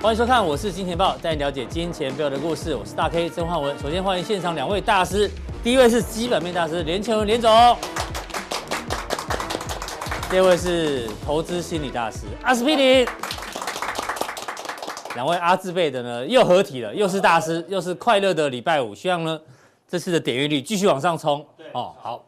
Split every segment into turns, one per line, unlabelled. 欢迎收看，我是金钱豹，带你了解金钱背后的故事。我是大 K 曾焕文。首先欢迎现场两位大师，第一位是基本面大师连前文连总，第二位是投资心理大师阿司匹林。两位阿字辈的呢又合体了，又是大师，又是快乐的礼拜五，希望呢这次的点阅率继续往上冲。哦，好，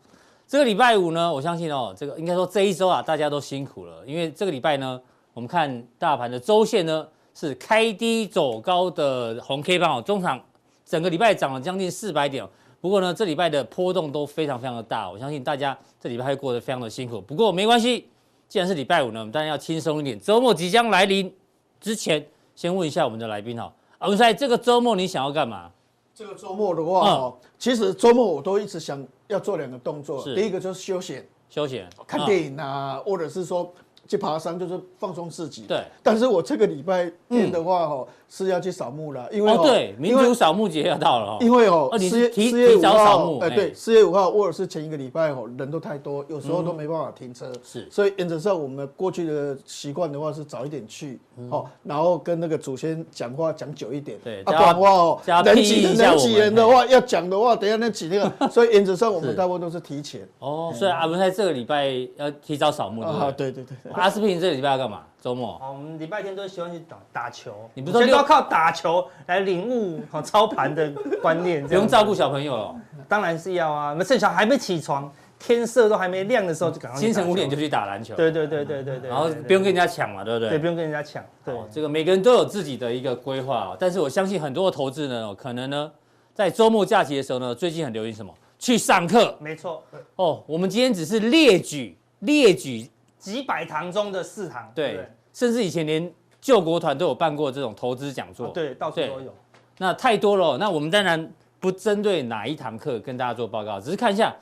这个礼拜五呢，我相信哦，这个应该说这一周啊，大家都辛苦了，因为这个礼拜呢，我们看大盘的周线呢是开低走高的红 K 棒哦，中场整个礼拜涨了将近四百点哦、不过呢，这礼拜的波动都非常非常的大，我相信大家这礼拜会过得非常的辛苦。不过没关系，既然是礼拜五呢，我们当然要轻松一点。周末即将来临之前，先问一下我们的来宾哈，阿文帅，这个周末你想要干嘛？
这个周末的话
啊
哦，其实周末我都一直想要做两个动作，
是
第一个就是休闲，
休闲、
哦看电影啊，或者是说去爬山，就是放松自己。
对。嗯
但是我这个礼拜天的话哦，是要去扫墓了，因为
哦，
哦
对，民
因为
族扫墓节要到了哦。
因为哦
哦，你
四
是
月
提
四月
提
五
早扫
号
墓，
哎，
哎嗯
对，四月五号，或者是前一个礼拜哦，人都太多，有时候都没办法停车，
是
所以原则上我们过去的习惯的话是早一点去哦，然后跟那个祖先讲话讲久一点，
嗯对
啊，
大家
不然的话哦
大，家
人
避
挤
一下
人
我
挤
们
人的
嘿
话要讲的话，等一下那几那个，所以原则上我们
是
大部分都是提前
哦，所以阿文帅这个礼拜要提早扫墓，对不
啊，
对？
对对对对，
阿斯匹林这个礼拜要干嘛？周末？
好，我们礼拜天都喜欢去打打球，
你不是说
以前都要
六
靠打球来领悟好操盘的观念，
不
这样
用照顾小朋友了，
当然是要啊。那趁小孩还没起床，天色都还没亮的时候就赶快去
清
打球
晨五点就去打篮球，
对对对对对对，
然后
对对
不用跟人家抢嘛，对不对？
对不用跟人家抢，对
哦，这个每个人都有自己的一个规划、哦，但是我相信很多的投资人哦，可能呢在周末假期的时候呢，最近很流行什么？去上课
没错，
哦。我们今天只是列举列举，
几百堂中的四堂，
对，
不
甚至以前连救国团都有办过这种投资讲座，
哦对，到处都有。
那太多了哦、那我们当然不针对哪一堂课跟大家做报告，只是看一下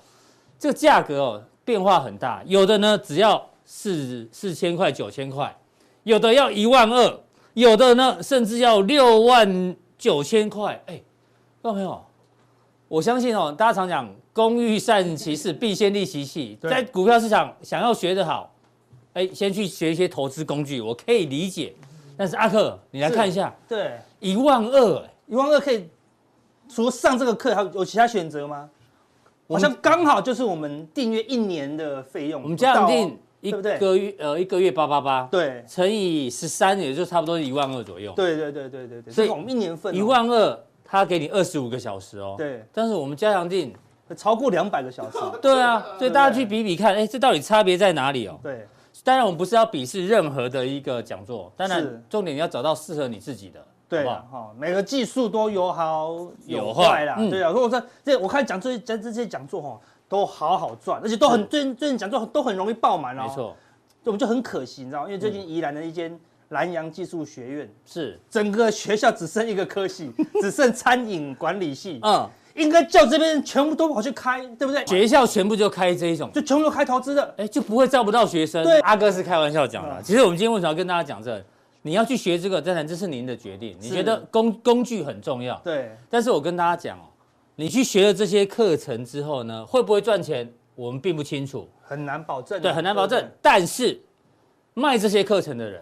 这个价格哦变化很大，有的呢只要四四千块、九千块，有的要一万二，有的呢甚至要六万九千块。哎，各位朋友，我相信哦，大家常讲“工欲善其事，必先利其器”。
对
在股票市场，想要学得好，哎，先去学一些投资工具，我可以理解。但是阿克，你来
是
看一下，
对，
一万二、哎。
一万二可以，除了上这个课，还有有其他选择吗？好像刚好就是我们订阅一年的费用，
我们
不到哦
将定一
对不对
个月，呃，一个月八八八，
对
乘以十三，也就差不多一万二左右。，
对对对对对对，
所
所
以
以我们一年份哦
一万二，他给你二十五个小时哦。，
对，
但是我们加强定，
超过两百个小时。
对啊，所以大家去比比看，哎，这到底差别在哪里哦？
对，
当然，我们不是要鄙视任何的一个讲座，当然
是，
重点你要找到适合你自己的，
对
好不
啦
好？，
哈，每个技术都有好
有
有
坏
坏啦。
嗯
对啊，如果说这我看讲这些讲这些讲座哈，都好好赚，而且都
是
很最近最近讲座都很容易爆满哦。
没，错，
我们就很可惜，你知道吗，因为最近宜兰的一间南洋技术学院，
是，
整个学校只剩一个科系，只剩餐饮管理系，
嗯，
应该叫这边全部都跑去开，对不对？
学校全部就开这一种。
就全部都开投资的，
哎，就不会招不到学生。
对
阿哥是开玩笑讲的啊。
嗯
其实我们今天为什么要跟大家讲这？你要去学这个，当然这是您的决定。你
是
觉得工工具很重要，
对，
但是我跟大家讲哦，你去学了这些课程之后呢，会不会赚钱，我们并不清楚，
很难保证啊，
对，很难保
不对
证。但是卖这些课程的人，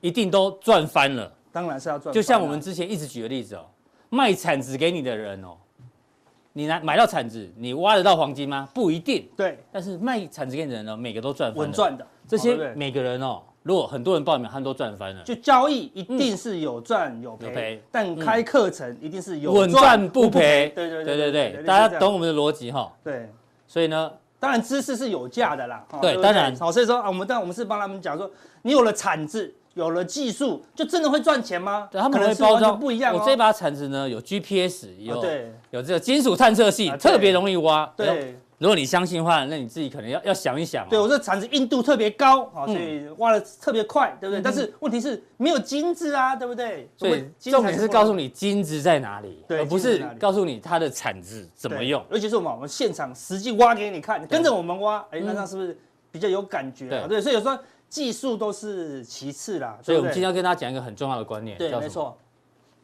一定都赚翻了。
当然是要赚翻啊，
就像我们之前一直举的例子哦，卖铲子给你的人哦，你拿买到铲子，你挖得到黄金吗？不一定。
对
但是卖铲子给你的人呢，每个都赚翻了，
稳赚的
这
哦对
些
不对
每个人哦，如果很多人报名，他们都赚翻了。
就交易一定是有赚有
嗯有
赔
赔，嗯
但开课程一定是有
稳赚不赔，
对对
对对
对
对，
类似
大
这
家
样
懂我们的逻辑哈。
对。
所以呢，
当然知识是有价的啦，哦
对
不
当然
好，所以说啊，我们但我们是帮他们讲说，你有了产值，有了技术，就真的会赚钱吗？
他们
可
会
能是
包
完全
装
不一样哦。
我这把铲子呢有 GPS，有
哦对
有这个金属探测器，
啊对
特别容易挖。哎呦，
对
如果你相信的话，那你自己可能要要想一想哦。
对，我这产值硬度特别高，好，所以
嗯
挖的特别快，对不对？但是问题是没有金子啊，对不对？
所以重点是告诉你金子在哪里，
对
而不
金子
是
在哪里
告诉你它的铲子怎么用。
尤其是我们我们现场实际挖给你看，你跟着我们挖，哎，
嗯
那这样是不是比较有感觉啊？
对
对，所以有时候技术都是其次啦，
所以
对
我
不
们
对
今天要跟大家讲一个很重要的观念，
对，
叫
没
什么？
错，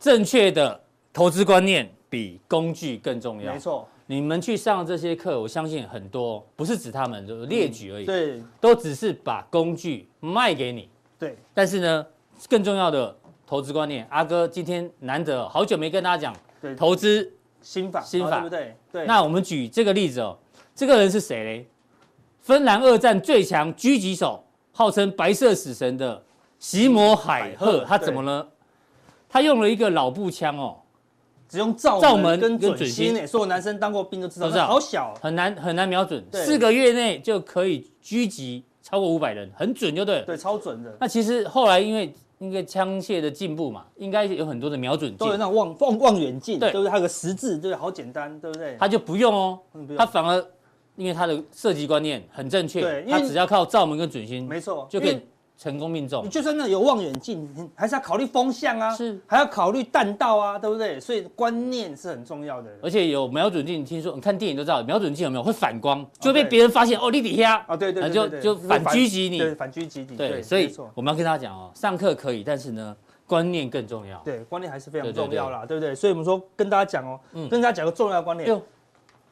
正确的投资观念比工具更重要
没。错，
你们去上这些课，我相信很多不是指他们，就列举而已，
嗯对
都只是把工具卖给你。
对
但是呢，更重要的投资观念。阿哥今天难得哦好久没跟大家
对
讲投资，
心法，
心
好
法
对不对？对，
那我们举这个例子哦，这个人是谁嘞？芬兰二战最强狙击手，号称白色死神的席摩海
海
赫
赫，
他怎么了？他用了一个老步枪哦，
只用照
照
门
门
跟
跟
准
准
心
心
诶，所有男生当过兵都知道，
都知道
那好小哦，
很难很难瞄准，
对
四个月内就可以狙击超过五百人，很准就对了。
对，超准的，
那其实后来因为因为枪械的进步嘛，应该有很多的瞄准
都有
镜，
那种望望望远镜，
对
对不对？还有个十字，对，好简单，对不对？
他就不用哦，
嗯不用
他反而因为他的射击观念很正
对
确，
因为
他只要靠照门跟准心
没错，
就可
因
以
为
成功命中
你。就算那有望远镜，你还是要考虑风向啊，
是
还要考虑弹道啊，对不对？所以观念是很重要的
而且有瞄准镜，听说你看电影都知道，瞄准镜有没有会反光，就被
啊对
别人发现哦，你底下
啊，对对
那
对，
就
对对
就反狙击你
对，反狙击你，
对，
对，
所
没
以
错
我们要跟大家讲哦，上课可以，但是呢，观念更重要。
对，观念还是非常
对对
重要啦，对不对？所以我们说跟大家讲哦，
嗯
跟大家讲个重要的观
哎
念
呦，，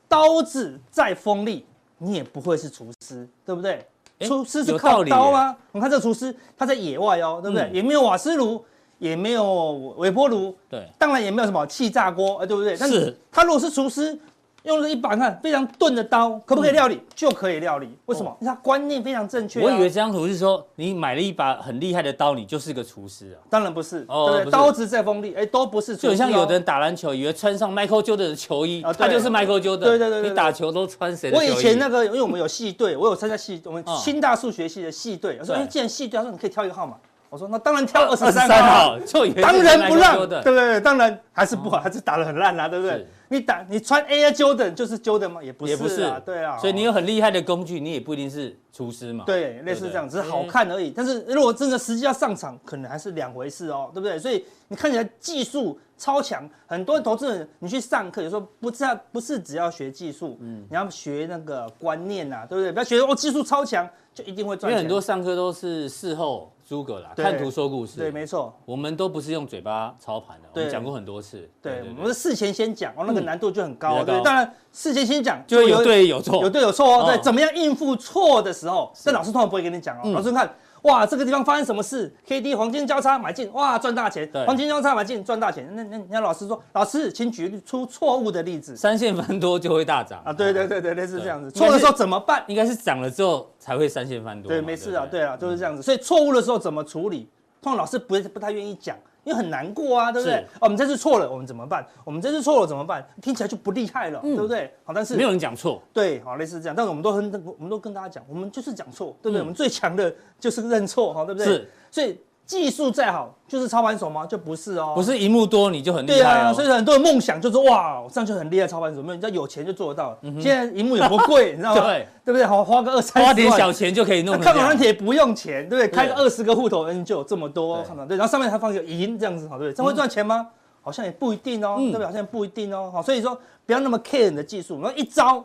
刀子再锋利，你也不会是厨师，对不对？
哎
厨师是
有
靠
道理
刀
耶
吗？你看这厨师，他在野外哦，对不对？
嗯
也没有瓦斯炉，也没有微波炉，
对，
当然也没有什么气炸锅，呃，对不对？但是
是
他如果是厨师，用了一把你看非常钝的刀，可不可以料理？就可以料理。为什么？因为他观念非常正确
嗯
啊。
哦我以为这张图是说你买了一把很厉害的刀，你就是个厨师啊。
当然不是，
哦
对
不
不对？
是
刀子再锋利，哎，都不是厨师
就
哦。
很像有的人打篮球，以为穿上 Michael Jordan 的球衣，
啊对
他就是 Michael Jordan。
对对对对对
你打球都穿谁的
我
球衣？
以前那个，因为我们有系队，我有参加系，我们
嗯
清大数学系的系队。我说，
对
哎，既然系队，他说你可以挑一个号码。我说，那当然 挑二十三
23
号啊
号，。就以为
当仁 不让，
是 Michael
对
Jordan
不对？当然还是不好，还是打得很烂啊啦，对不对
是？
你打你穿 Air Jordan 就是 Jordan 吗？也不是，
也不是
啊，对啊。
所以你有很厉害的工具，你也不一定是厨师嘛。
对，
对嗯
类似
对
这样，只是好看而已。但是如果真的实际要上场，可能还是两回事哦，对不对？所以你看起来技术超强，很多投资人你去上课，有时候不是要不是只要学技术，
嗯
你要学那个观念呐、对不对？不要学哦，技术超强就一定会
因
赚
为
钱。
很多上课都是事后诸葛啦，
对
看图说故事。
对，没错，
我们都不是用嘴巴操盘的，我
对
们讲过很多次。
对，我们是事前先讲，哦，那个难度就很高，
嗯比较
对不
高
对。当然事前先讲
就会有对有错，
有对有错哦，对，
嗯
怎么样应付错的时候，但老师通常不会跟你讲哦。老师看，哇，这个地方发生什么事？K D 黄金交叉买进，哇，赚大钱
对；
黄金交叉买进赚大钱。那那你要老师说，老师，请举出错误的例子
三线翻多就会大涨
啊。对对，对对，类似这样子，
对应
错
该
的
是
时候怎么办？
应该是涨了之后才会三线翻多嘛。
对，没事啊，
不
对啊，就是这样子。所以错误的时候怎么处理，通常老师不不太愿意讲，因为很难过啊，对不对
是？
哦，我们这次错了，我们怎么办？我们这次错了怎么办？听起来就不厉害了，
嗯
对不对？好，但是
没有人讲错。
对，好，类似这样，但是我们都很，我们都跟大家讲，我们就是讲错，对不对？
嗯
我们最强的就是认错，哈，对不对？
是，
所以技术再好，就是操盘手吗？就不是哦，
不。是一幕多你就很厉
对
害
啊，
哦
所以很多人梦想就是哇，我上去很厉害，操盘手，没有，你知道有钱就做得到了。现在荧幕也不贵，你知道吗？
嗯 对，
对不对？好，花个二三十万，
花点小钱就可以弄成这
那看
样。
网站也不用钱，对不对？开个
对
二十个户头，嗯，就有这么多，
对
看到对，然后上面还放一个银这样子，好，哦对不对？这样会赚钱吗？好像也不一定哦，
嗯
对不对？好像也不一定哦，好，所以说不要那么 care 你的技术，然后一招，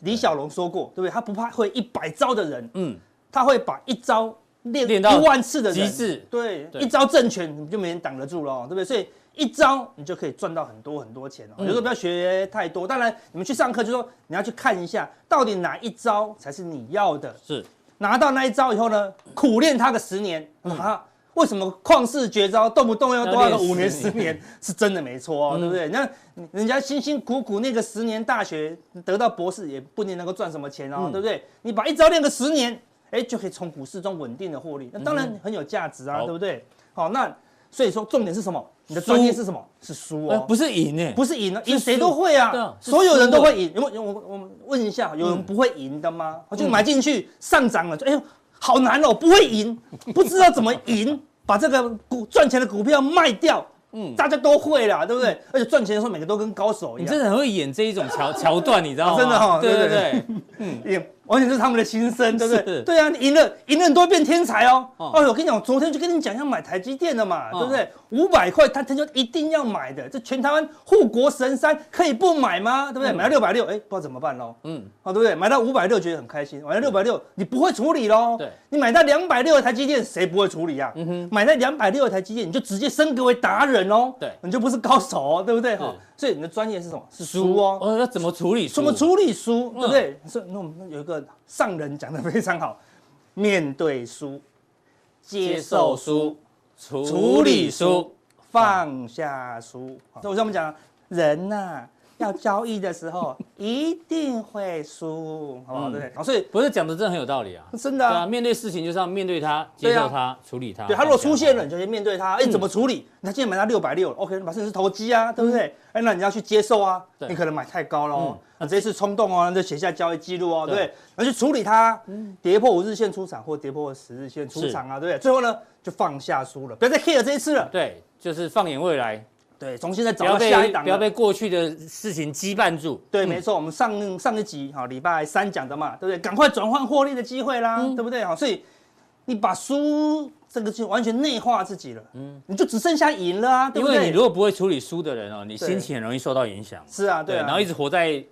李小龙说过，对不对？他不怕会一百招的人，
嗯，
他会把一招练
练到
一万次的人
极致
对，
对
一招正拳你就没人挡得住了哦，对不对？所以一招你就可以赚到很多很多钱
嗯
哦。有时候不要学太多，当然你们去上课就说你要去看一下，到底哪一招才是你要的，
是
拿到那一招以后呢，苦练他个十年啊。为什么旷世绝招动不动要多个
要练
五年
嗯十
十
年嗯
年？ 是真的没错哦，对不对？那人家辛辛苦苦那个十年大学得到博士，也不一定能够赚什么钱
嗯
哦，对不对？你把一招练个十年，哎，就可以从股市中稳定的获利，那当然很有价值啊，
嗯好
对不对？好，那所以说重点是什么？你的专业是什么？是输
哎
哦，
不是赢哎，
不是赢了，啊赢
是
谁
输
都会
对
啊
啊，是
所有人
输的
都会赢。有没有？我我们问一下，有人不会赢的
嗯
吗？哦就买进去上涨了，就哎呦，好难哦，不会赢， 不知道怎么赢，把这个股赚钱的股票卖掉。嗯，大家都会啦，对不
嗯
对？而且赚钱的时候，每个都跟高手一
你
样
真，的很会演这一种桥桥段，你知道吗？
啊真的哦
对对
对对
对，
也完全是他们的心声，对不对？
嗯是
对啊，你赢了，赢了你都会变天才哦。
哦
哦，我跟你讲，我昨天就跟你讲要买台积电的嘛，
哦
对不对？五百块，他他就一定要买的，这全台湾护国神山可以不买吗？对不对？买到六百六，哎，不知道怎么办喽。
嗯，
哦，对不对？买到五百六觉得很开心，买到六百六你不会处理喽。
对
你买到两百六的台积电，谁不会处理啊？嗯哼，买到两百六的台积电，你就直接升格为达人哦。
对
你就不是高手哦，对不对？哈，所以你的专业是什么？是
输
输
哦
哦，。
哦，要怎么处理？
怎么？处理输，对不对？所以那我们有一个 上人讲的非常好，面对输，接受输，
处理书，
放下书。那我跟我们讲，人呐、要交易的时候 一定会输，好不好？对不对？好所以
不是讲的真的很有道理啊。
真
对
的
啊，
啊，
面对事情就是要面对它，接
对啊
受它，处理它。
对他如果出现了，
放
你
下
就先面对
嗯
他，哎，怎么处理？你看今天买到六百六，OK，你把甚至投机啊，对不对？哎，那你要去接受啊，
对
你可能买太高了
嗯，
哦那这一次冲动哦，那就写下交易记录哦，对
对嗯
不对，然后去处理它，跌破五日线出场或跌破十日线出场啊，对不对？最后呢，就放下输了，不要再 care 这一次了
它，啊对，就是放眼未来，
对，从现在找
不要
到下一
被
档
不
了
要。被嗯过去的事情羁绊住。
对，没错，我们上上一集哦哈，礼拜三讲的嘛，对不对？赶快转换获利的机会啦，
嗯
对不对？哦好，所以你把输这个就完全内化自己了，嗯，你就只剩下赢了啊，对
因
不对？
为你如果不会处理输的人哦，你心
对
情很容易受到影响。
是啊，对啊，
然后一直活在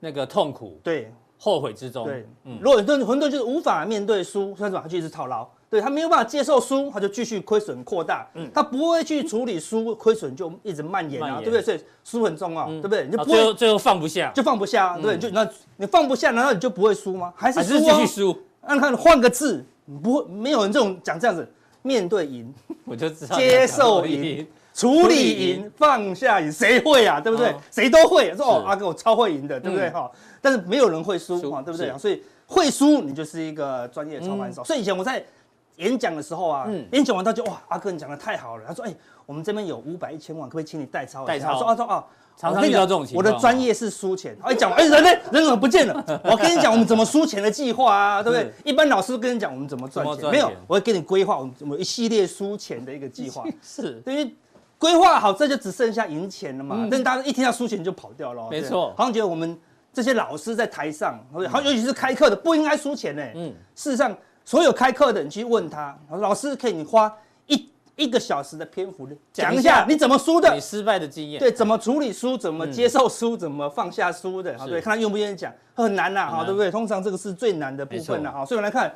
那个痛苦、
对
后悔之中。
对，
嗯
如果很多人很多人就是无法面对输，他就他就一直套牢，对他没有办法接受输，他就继续亏损扩大，他不会去处理输，亏损就一直蔓延
嗯蔓
啊，
延嗯
对不对？所以输很重要，啊对不对？你就
然后
不
最后
会
最后放不下，
就放不下啊，对不对，你就那你放不下，难道你就不会输吗？还是
还是
输
继
啊
续？输，
那你看换个字，你不会没有人这种讲这样子，面对赢，
我就知道
接受赢
你
处
理
理
赢
赢，放下赢，谁会啊？对不对
哦？
谁都会，说哦
是嗯
阿哥我超会赢的，对不对哈？但是没有人会输
输
啊，对不对？
是嗯
所以会输你就是一个专业的操盘手。所以以前我在演讲的时候啊，演讲完他就哇阿哥你讲的太好了，他说哎我们这边有五百一千万，可不可以请你代操一下？
代操
我说啊说啊。
常常
我跟你讲
遇到这种情
我
况
的专业是输钱。哎，讲完，哎，人呢？人怎么不见 了？我跟你讲，我们怎么输钱的计划啊，对不对
是？
一般老师跟你讲我们怎么赚
怎么
钱，
赚
没有
钱，
我会给你规划我们我们一系列输钱的一个计划。
是
对于规划好，这就只剩下赢钱了嘛。但是大家一听到输钱就跑掉了哦，
嗯没
对
错
好像觉得我们这些老师在台上，对不对好像尤其是开课的不应该输钱呢。
嗯
嗯，事实上，所有开课的你去问他，老师可以你花一一个小时的篇幅
讲
讲
一
一
下
下你怎么输的
你，失败的经验。
对，怎么处理输，怎么接受输，怎么放下输的，好对，看他愿不愿意讲，很难呐，
很
哈，
难
对不对？通常这个是最难的部分
没
了，
错
哈。所以我们来看，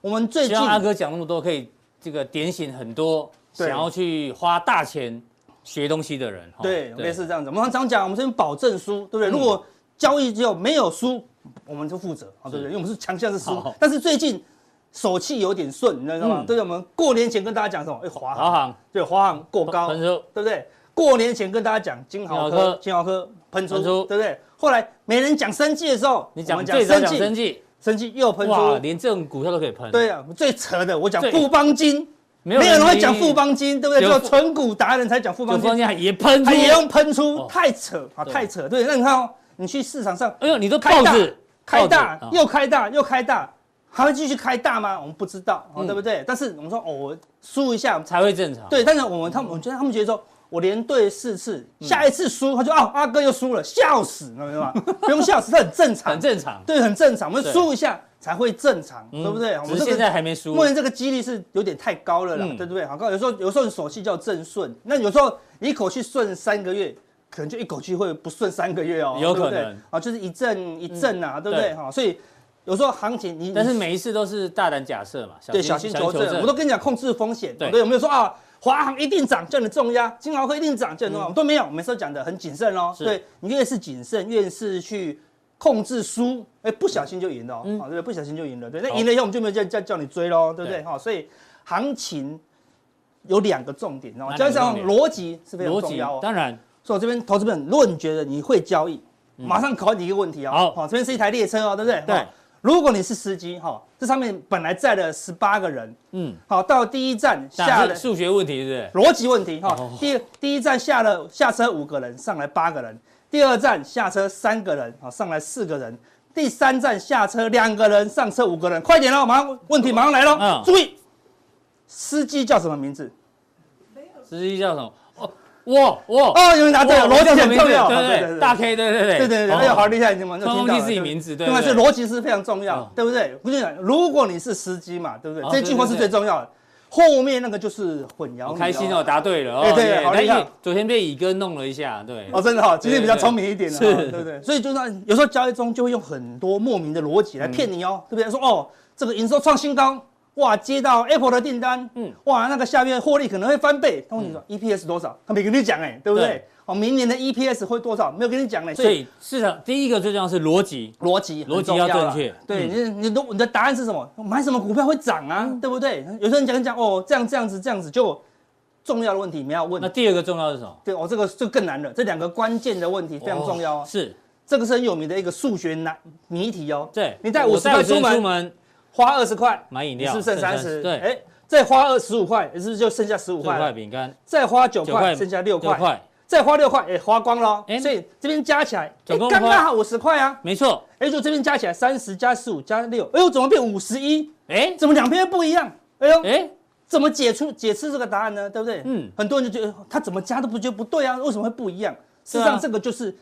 我们最
希
近
望阿哥讲那么多，可以这个点醒很多
对
想要去花大钱学东西的人。哈
对，类似这样子。我们常讲，我们这边保证书，对不
嗯
对？如果交易只有没有输，我们就负责，好对不对？因为我们是强项是输
好，
但是最近手气有点顺，你知道吗
嗯？
对，我们过年前跟大家讲什么？哎，
华
华航，
航
对，华航过高，
分
对
数
不对？过年前跟大家讲金
金豪
豪
科
科，金豪科喷出
喷，出
对不对？后来没人讲生计的时候，
你
我
讲
们
最早讲
生
生
计，
计，
生计又喷
哇，
出，
连这种股票都可以喷。
对，啊，最扯的我讲
最
富邦金，
没
没有人会讲
理
富，邦金，对不对？
只
只
有
有
富
纯股达人才讲富
就
邦金
方。向也喷出
他。啊也用喷
哦
出，太扯啊，
对
太扯。对，那你看哦，你去市场上
哎呦，你都
开
豹
大
子，
开大
豹子
又开大又开大，还会继续开大吗？我们不知道，哦
嗯
对不对？但是我们说哦，我输一下，
才会正常。
对，但是我们他
哦
们，我觉得他们觉得说。我连对四次，
嗯
下一次输他就哦，阿哥又输了，笑死，你知道 吗？啊不用笑死，这很正常，
很正常。
对，很正常。我们
对
输一下才会正常，
嗯
对不对？哦我
只
们
是
这
现
个
在还没输
目。前这个几率是有点太高了啦，
嗯
对不对？好，有时候有时候你手气叫正顺，那有时候你一口气顺三个月，可能就一口气会不顺三个月哦，
有
对不
可
对
能
啊，就是一阵一阵啊，对不
对
对？哈，所以有时候行情你
但是
你
每一次都是大胆假设嘛，
嗯对小心求证，我都跟你讲控制风险，
对
对，有没有说啊？华航一定涨，叫你重压；金豪科一定涨，叫你重压。我们都没有，我们是讲的很谨慎哦。
嗯是
对你越是谨慎，越是去控制输，哎，不小心就赢了哦，啊，对不对？不小心就赢了，对，那
嗯好
赢了以后我们就没有叫叫叫你追喽，对不
对
对？哦哈，所以行情有两个重点哦
哪，两
加
个重
上
点
逻辑是非常
逻
重
辑
要哦。
当然
所以我这边投资本，如果你觉得你会交易，马上考你一个问题哦。
嗯好
好，这边是一台列车哦，对不对？
对
哦。如果你是司机哈，这上面本来载了十八个人，
嗯
嗯，好，到第一站下
下
了
是数学问题，对
逻辑问题哈
哦，
第第一站下了下车五个人，上来八个人，第二站下车三个人，好，上来四个人，第三站下车两个人，上车五个人，快点哦喽，马上问题马上来喽
嗯，
注意，司机叫什么名字？
不对？司机叫什么？ 哦，哇哇，
哦，有人答哦对了，
哇
逻辑很重要，
对
好
对对，大 K，对对对，哦
对对对，哎呦，好厉害，你们都
通
听
通
到
记
了
自己
对不对
名字对
另外
对
是逻辑是非常重
嗯
要，对不对？我跟你讲，如果你是司机嘛，对不
哦
对？这句话
对对
是
对
最重要的，后面那个就是混淆
好
你。
开心哦，！答对了哦，
哎对
耶
好厉害！
但因为昨天被乙哥弄了一下，对，
哦，真的哈，今天比较
对对
聪明一点了，
是
对不对？所以就算有时候交易中就会用很多莫名的逻辑来骗你
嗯
哦，对不对？说哦，这个营收创新高。哇，接到 Apple 的订单，
嗯
嗯，哇，那个下月获利可能会翻倍。他问你说 EPS 多少？他没跟你讲哎，对不
对
对？哦，明年的 EPS 会多少？没有跟你讲哎，
所以市场第一个最重要是逻辑，
逻辑很
逻辑
重
要
啦
正确嗯
对你，你都你的答案是什么？买什么股票会涨啊，对不些人讲讲哦，这样这样子这样子，就重要的问题，你们要问
那。第二个重要是什么？
对，哦，这个就更难了，这两个关键的问题非常重要
哦
啊。
是，
这个是很有名的一个数学难谜题哦。
对，
你带
我
五十
50
块出
出
门，
门
花二十块，
买饮
你
料，
是不是剩三十？
对，
哎，再花二十五块，你是不是就剩下十五
六
块
块
了？
饼干，
再花九
九
块，
块
剩下六
六
块，
块，
再花六块，哎，花光了哦。
哎
所以这边加起来，哎
总共
刚
花
刚好五十块啊。
没错。
哎，就这边加起来三十加十五加六，哎呦，怎么变五十一？
哎
怎么两边不一样？哎呦，
哎，
怎么解出解释这个答案呢？对不对？
嗯
嗯，很多人就觉得呃他怎么加都不觉得不对啊，为什么会不一样？事
对啊
实上，这个就是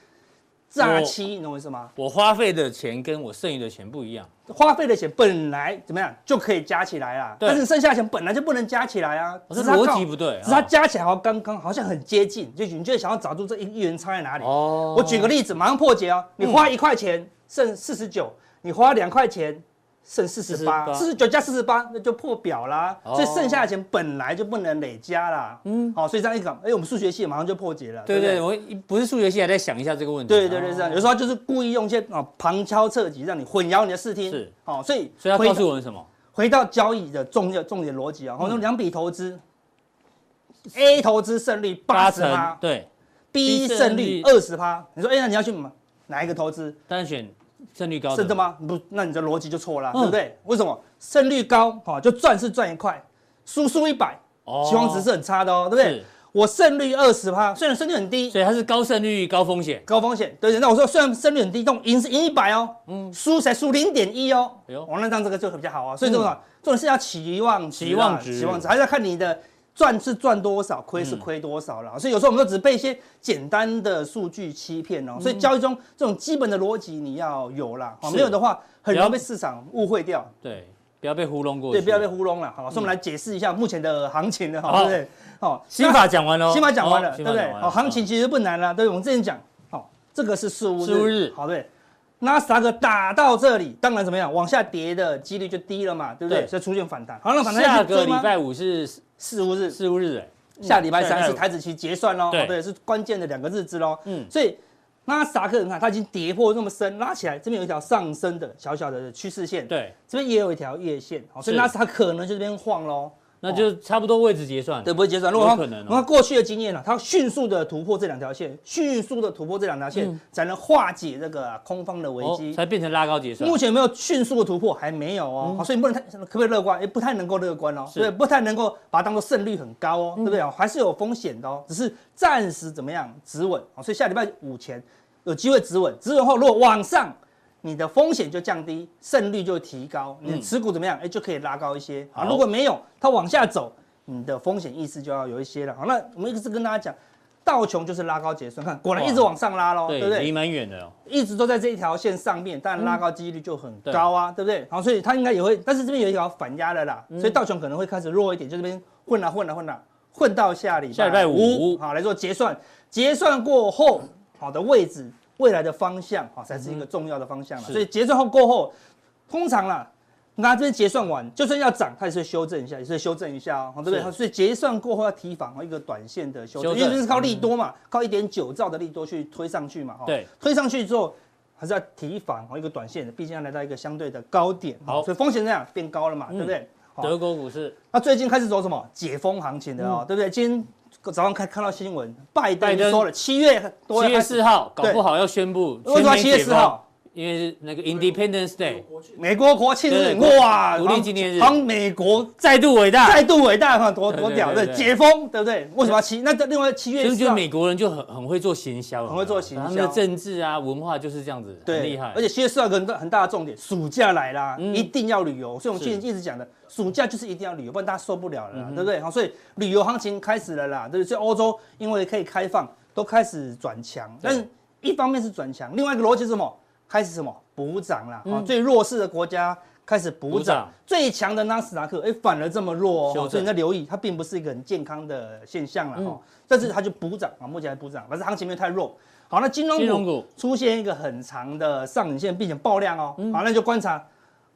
诈欺，你懂我意思吗？
我花费的钱跟我剩余的钱不一样。
花费的钱本来怎么样就可以加起来啦，
对
但是剩下的钱本来就不能加起来啊，
我这
只是它
逻
靠
辑不对啊
只是它加起来好像刚刚好像很接近，就你就想要找出这一一元差在哪里。
哦
我举个例子，马上破解哦。你花一块钱剩四十九，你花两块钱剩四十八，
48
四十九加四十八那就破表啦。
哦
所以剩下的钱本来就不能累加啦。嗯，好，所以这样一讲，哎，我们数学系马上就破解了。
对
啊不
对，我一不是数学系，还在想一下这个问题。
对对对，
哦
是这样。有时候他就是故意用一些啊旁敲侧击，让你混淆你的视听。
是，
好，所以
所以要
回
告诉我们什么？
回到交易的重要重点逻辑
嗯
啊，我们两笔投资，A 投资胜率八十趴
对，
，B 胜率
胜率
二十趴。你说，哎，那你要去买哪一个投资？
但是选胜率高的。
是的？吗？不，那你的逻辑就错了，啊
嗯
对不对？为什么胜率高？哈，就赚是赚一块，输输一百，
哦
期望值是很差的哦，对不对
是？
我胜率二十趴，虽然胜率很低，
所以它是高胜率高风险。
高风险，对不对？那我说虽然胜率很低，但我赢是赢一百哦，嗯，输才输零点一哦，
哎呦嗯
哦，那这样这个就比较好啊。所以这种重点是要期望值啊
期望值嗯
期望值还是要看你的赚是赚多少，亏是亏多少啦。所以有时候我们都只被一些简单的数据欺骗哦。所以交易中这种基本的逻辑你要有啦，
嗯
哦，
是
没有的话很容
了
易被市场误会掉。
对，不要被糊弄过去。
对，不要被糊弄了，好吧？所以我们来解释一下目前的行情了，
好
好，对不对？好，
心法讲完了哦，
先把讲完了，
哦
对不对？好，行情。其实不难了，对，我们之前讲，好，这个是十五
15日
好对。纳斯达克打到这里，当然怎么样，往下跌的几率就低了嘛，对不对？
对
所以出现反弹。好，那
心法
反
讲完哦下
弹要去
个
追
礼
吗
拜五是
四五日，
四五日，哎，
下礼拜
下礼
三
拜
是
五
台子期结算喽，
对
哦对，是关键的两个日子喽。
嗯
嗯，所以纳斯达克你看它已经跌破那么深，拉起来这边有一条上升的小小的趋势线，，
对，
这边也有一条月线，好，所以
是
纳斯达克可能就这边晃喽。
那就差不多位置结算。
对，不会结算。如果
有
他
可能哦
我看过去的经验呢、它迅速的突破这两条线，迅速的突破这两条线，才能化解这个、啊空方的危
哦，
机。
才变成拉高结算
目。前有没有迅速的突破？还没有哦，好所以不能太可不可以乐观？也不太能够乐观哦，
嗯是
对，不太能够把它当做胜率很高哦，对不对哦？还是有风险的哦，只是暂时怎么样止稳哦，所以下礼拜五前有机会止稳，止稳后如果往上，你的风险就降低，胜率就提高，你的持股怎么样？哎、就可以拉高一些啊。
嗯好
如果没有，它往下走，你的风险意识就要有一些了。好，那我们一直跟大家讲。道琼就是拉高结算，看果然一直
哇
往上拉喽，对不
对，
对？
离蛮远的哦。
一直都在这一条线上面，但拉高几率就很高
嗯
啊，对不对？好，所以它应该也会，但是这边有一条反压了啦，所以道琼可能会开始弱一点，就这边混啊混啊混啊，混到下礼拜
下礼拜五
好来做结算，结算过后，好的位置，未来的方向，好才是一个重要的方向了。
嗯是
所以结算后过后，通常啦。那这边结算完，就算要涨，它也是会修正一下，也是会修正一下哦，好对不对？
是
所以结算过后要提防哦一个短线的修正，
修正
因为这是靠利多嘛，靠一点九兆的利多去推上去嘛，哈。
嗯对，
推上去之后还是要提防哦，一个短线的，毕竟要来到一个相对的高点，
好
哦
嗯
所以风险这样变高了嘛，对不对？好
德国股市，
那最近开始走什么解封行情的哦，对不对？今天早上看看到新闻，拜
嗯拜
登
登
说了七月多
七
要
月
开始
四号，搞
对
不好要宣布
为什么要
全面
七月
解
四
封
号？
因为是那个 Independence Day
美国国庆日
对
哇，
独立纪念日
帮美国
再度伟大，
再度伟大 哈，多
对
多
对
屌，
对
对，
对
解封，对不对？为什么要七？那这另外七
所以
月
我觉
四
得
号，
美国人就很很会做行销，有没有
很会做行销
他们的政治啊文化就是这样子，很厉害。嗯
而且七月四号有个很大很大的重点，暑假来啦，一定要旅游。所以我们
是
去年一直讲的，暑假就是一定要旅游，不然大家受不了了啦，对不对？好，所以旅游行情开始了啦，对不对？所以欧洲因为可以开放，都开始转强，但是一方面是转强，另外一个逻辑是什么？开始什么补涨啦？啊，最弱势的国家开始补
嗯补
涨
涨，
最强的纳斯达克哎反而这么弱
修正
哦，
嗯
所以你要留意，它并不是一个很健康的现象啦。哦。但是它就补涨啊，目前还补涨，但是行情没有太弱。好，那金融
金融
股
股
出现一个很长的上影线，并且爆量哦。好，那就观察，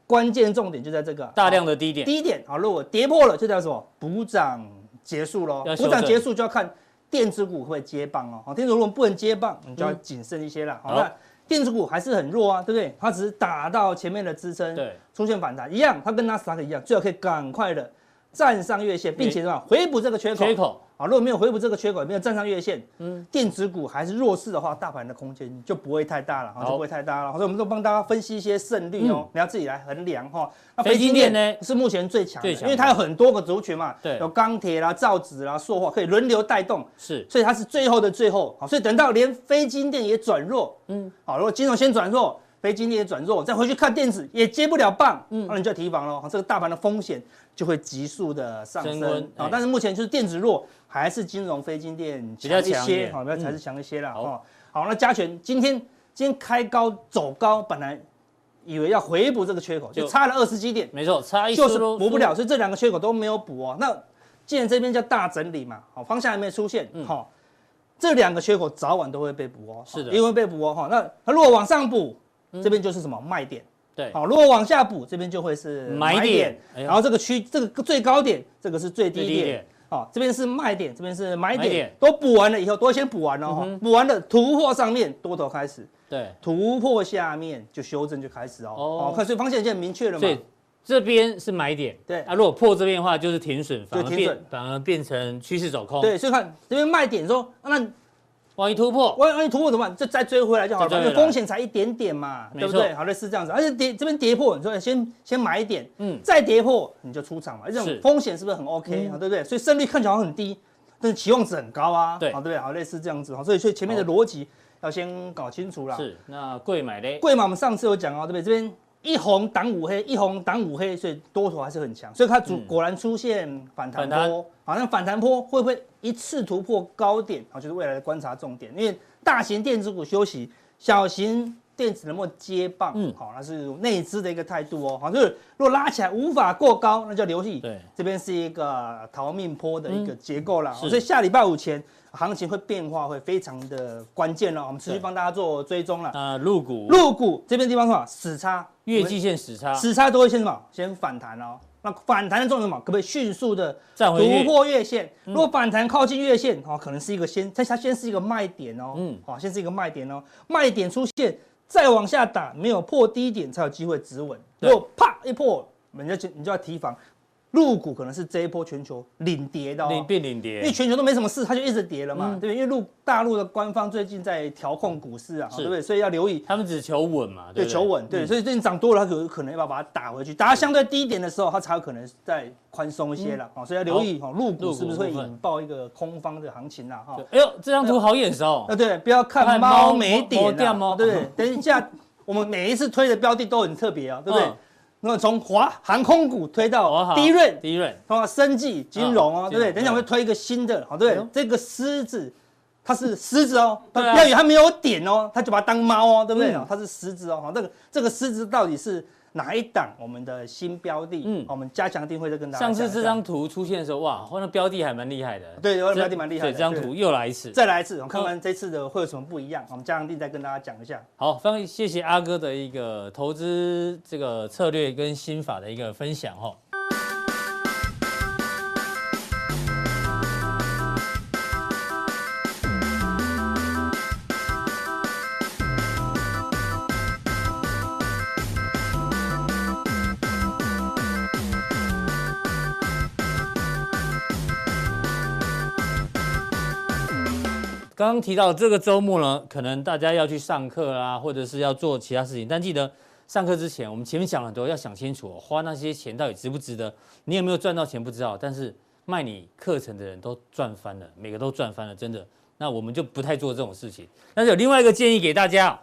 关键重点就在这个
嗯大量
的
的低点，
低点。好，如果跌破了，就叫什么补涨结束喽。
要修
补涨
正
结束就要看电子股会不会接棒哦。好，电子股如果不能接棒，你就要谨慎一些啦。好，
好
那电子股还是很弱啊，对不对？它只是打到前面的支撑，
对，
出现反弹一样，它跟纳斯达克一样，最好可以赶快的站上月线，并且什么回补这个缺口。
缺口
啊，如果没有回补这个缺口，没有站上月线，嗯，电子股还是弱势的话，大盘的空间就不会太大了，啊哈，就
好嗯
不会太大了。所以我们都帮大家分析一些胜率哦，你要自己来衡量哈。那
非晶电呢
是目前最强的，
最强
因为它有很多个族群嘛，
对
有钢铁啦、造纸啦、塑化，可以轮流带动。
是
所以它是最后的最后，好，所以等到连非金电也转弱，嗯，好，如果金融先转弱，非金电也转弱，再回去看电子也接不了棒，嗯，那你就要提防喽，好这个大盘的风险就会急速的上
升
升
温哎
啊。但是目前就是电子弱，还是金融非金电
比较
一
强一
些，
点嗯
好，那才是强一些啦，
好
哈。好，那加权今天今天开高走高，本来以为要回补这个缺口，就
就
差了二十基点，
没错，差一
就是
输入
补不了，，所以这两个缺口都没有补哦。那既然这边叫大整理嘛，好、方向还没出现，好、这两个缺口早晚都会被补哦，
嗯是的嗯
因为被补哦，哈、那它如果往上补，这边就是什么卖点，
对，
好、如果往下补，这边就会是
买点哎呦
然后这个区这个最高点，这个是最低
最低
点。
点
好、这边是卖点，这边是买点，
买点嗯
都补完了以后，都先补完了哈、补完了突破上面多头开始，
对，
突破下面就修正就开始哦，
哦
哦，看所以方向已经很明确了嘛，
所以这边是买点，
对
啊，如果破这边的话就是停损，反而
停
变
损
反而变成趋势走空，，
对，所以看这边卖点说，啊那
万一突破，
万万一突破怎么办？就再追回来就好了，
再
反
追
正
回来
风险才一点点嘛，
没
对不
错
对？好类似这样子，而且跌这边跌破，你说哎先先买一点，嗯
嗯，
再跌破你就出场嘛，这种
是嗯
风险是不是很 OK 啊？对不对？所以胜率看起来好像很低，但是期望值很高啊，
对
好对不对？好类似这样子，哦好，所以所以前面的
好
逻辑要先搞清楚啦。
是，那贵买嘞，
贵嘛，我们上次有讲哦，对不对？这边一红挡五黑，一红挡五黑，所以多头还是很强，所以它主果然出现反
嗯
弹
反弹
波，好像反弹波会不会一次突破高点？好，就是未来的观察重点，因为大型电子股休息，小型。电子能不能接棒？嗯
嗯，
好，那是内资的一个态度哦。好，就是如果拉起来无法过高，那就留意。
对嗯
这边是一个逃命坡的一个结构啦。
是
所以下礼拜五前行情会变化，会非常的关键哦了。我们持续
对
帮大家做追踪了。
那入股
入股啊这边地方是什么？死叉，
月季线死
我
叉
们死叉都会先什么？先反弹哦。那反弹的重点是什么？可不可以迅速的
站回
突
去，嗯
破月线？如果反弹靠近月线，哦，可能是一个先，它它先是一个卖点哦，嗯
嗯，
好，先是一个卖点哦，卖点出现，再往下打，没有破低点才有机会止稳。如
对
果啪一破，你就你就要提防，入股可能是这一波全球领跌的哦，
领变领
因为
跌，嗯
全球都没什么事，它就一直跌了嘛，对不对？因为陆大陆的官方最近在调控股市啊，
是
对不对？所以要留意
他们只求稳嘛，
对
不
求稳，对，
嗯
所以最近涨多了，它有可能要把它打回去，打到相对低点的时候，它才有可能再宽松一些了，哦，所以要留意哦，入股
入股
是不是会
部分
引爆一个空方的行情啦，哈
对，哎呦，这张图好眼熟
啊，，对，不要看
看
猫
猫
没
摸
点
摸掉
啊，
猫
对不对？等一下，我们每一次推的标的都很特别啊，对不对
嗯？
那从华航空股推
哦
到
好
低润，
第一润，
啊，生技、金融
啊
哦，对不
金
对？
融
等一下我会推一个新的，哦好，对
哎
不对
呦？
这个狮子，它是狮子哦，它不
对啊
要以为它没有点哦，它就把它当猫哦，对不对
嗯？
它是狮子哦，好，这个这个狮子到底是哪一档我们的新标的？嗯
嗯，
我们加强定会再跟大家
上
讲一下。
次这张图出现的时候，哇，那标的还蛮厉害的，
对
这，
标的蛮厉害的
对，这张
对
图又来一次，
再来一次，我们哦看完这次的会有什么不一样？哦我们加强定再跟大家讲一下。
好，非常谢谢阿哥的一个投资这个策略跟心法的一个分享哈。刚刚提到这个周末呢，可能大家要去上课啦，或者是要做其他事情，但记得上课之前，我们前面讲了很多，要想清楚、哦，花那些钱到底值不值得？你有没有赚到钱不知道，但是卖你课程的人都赚翻了，每个都赚翻了，真的。那我们就不太做这种事情。但是有另外一个建议给大家哦，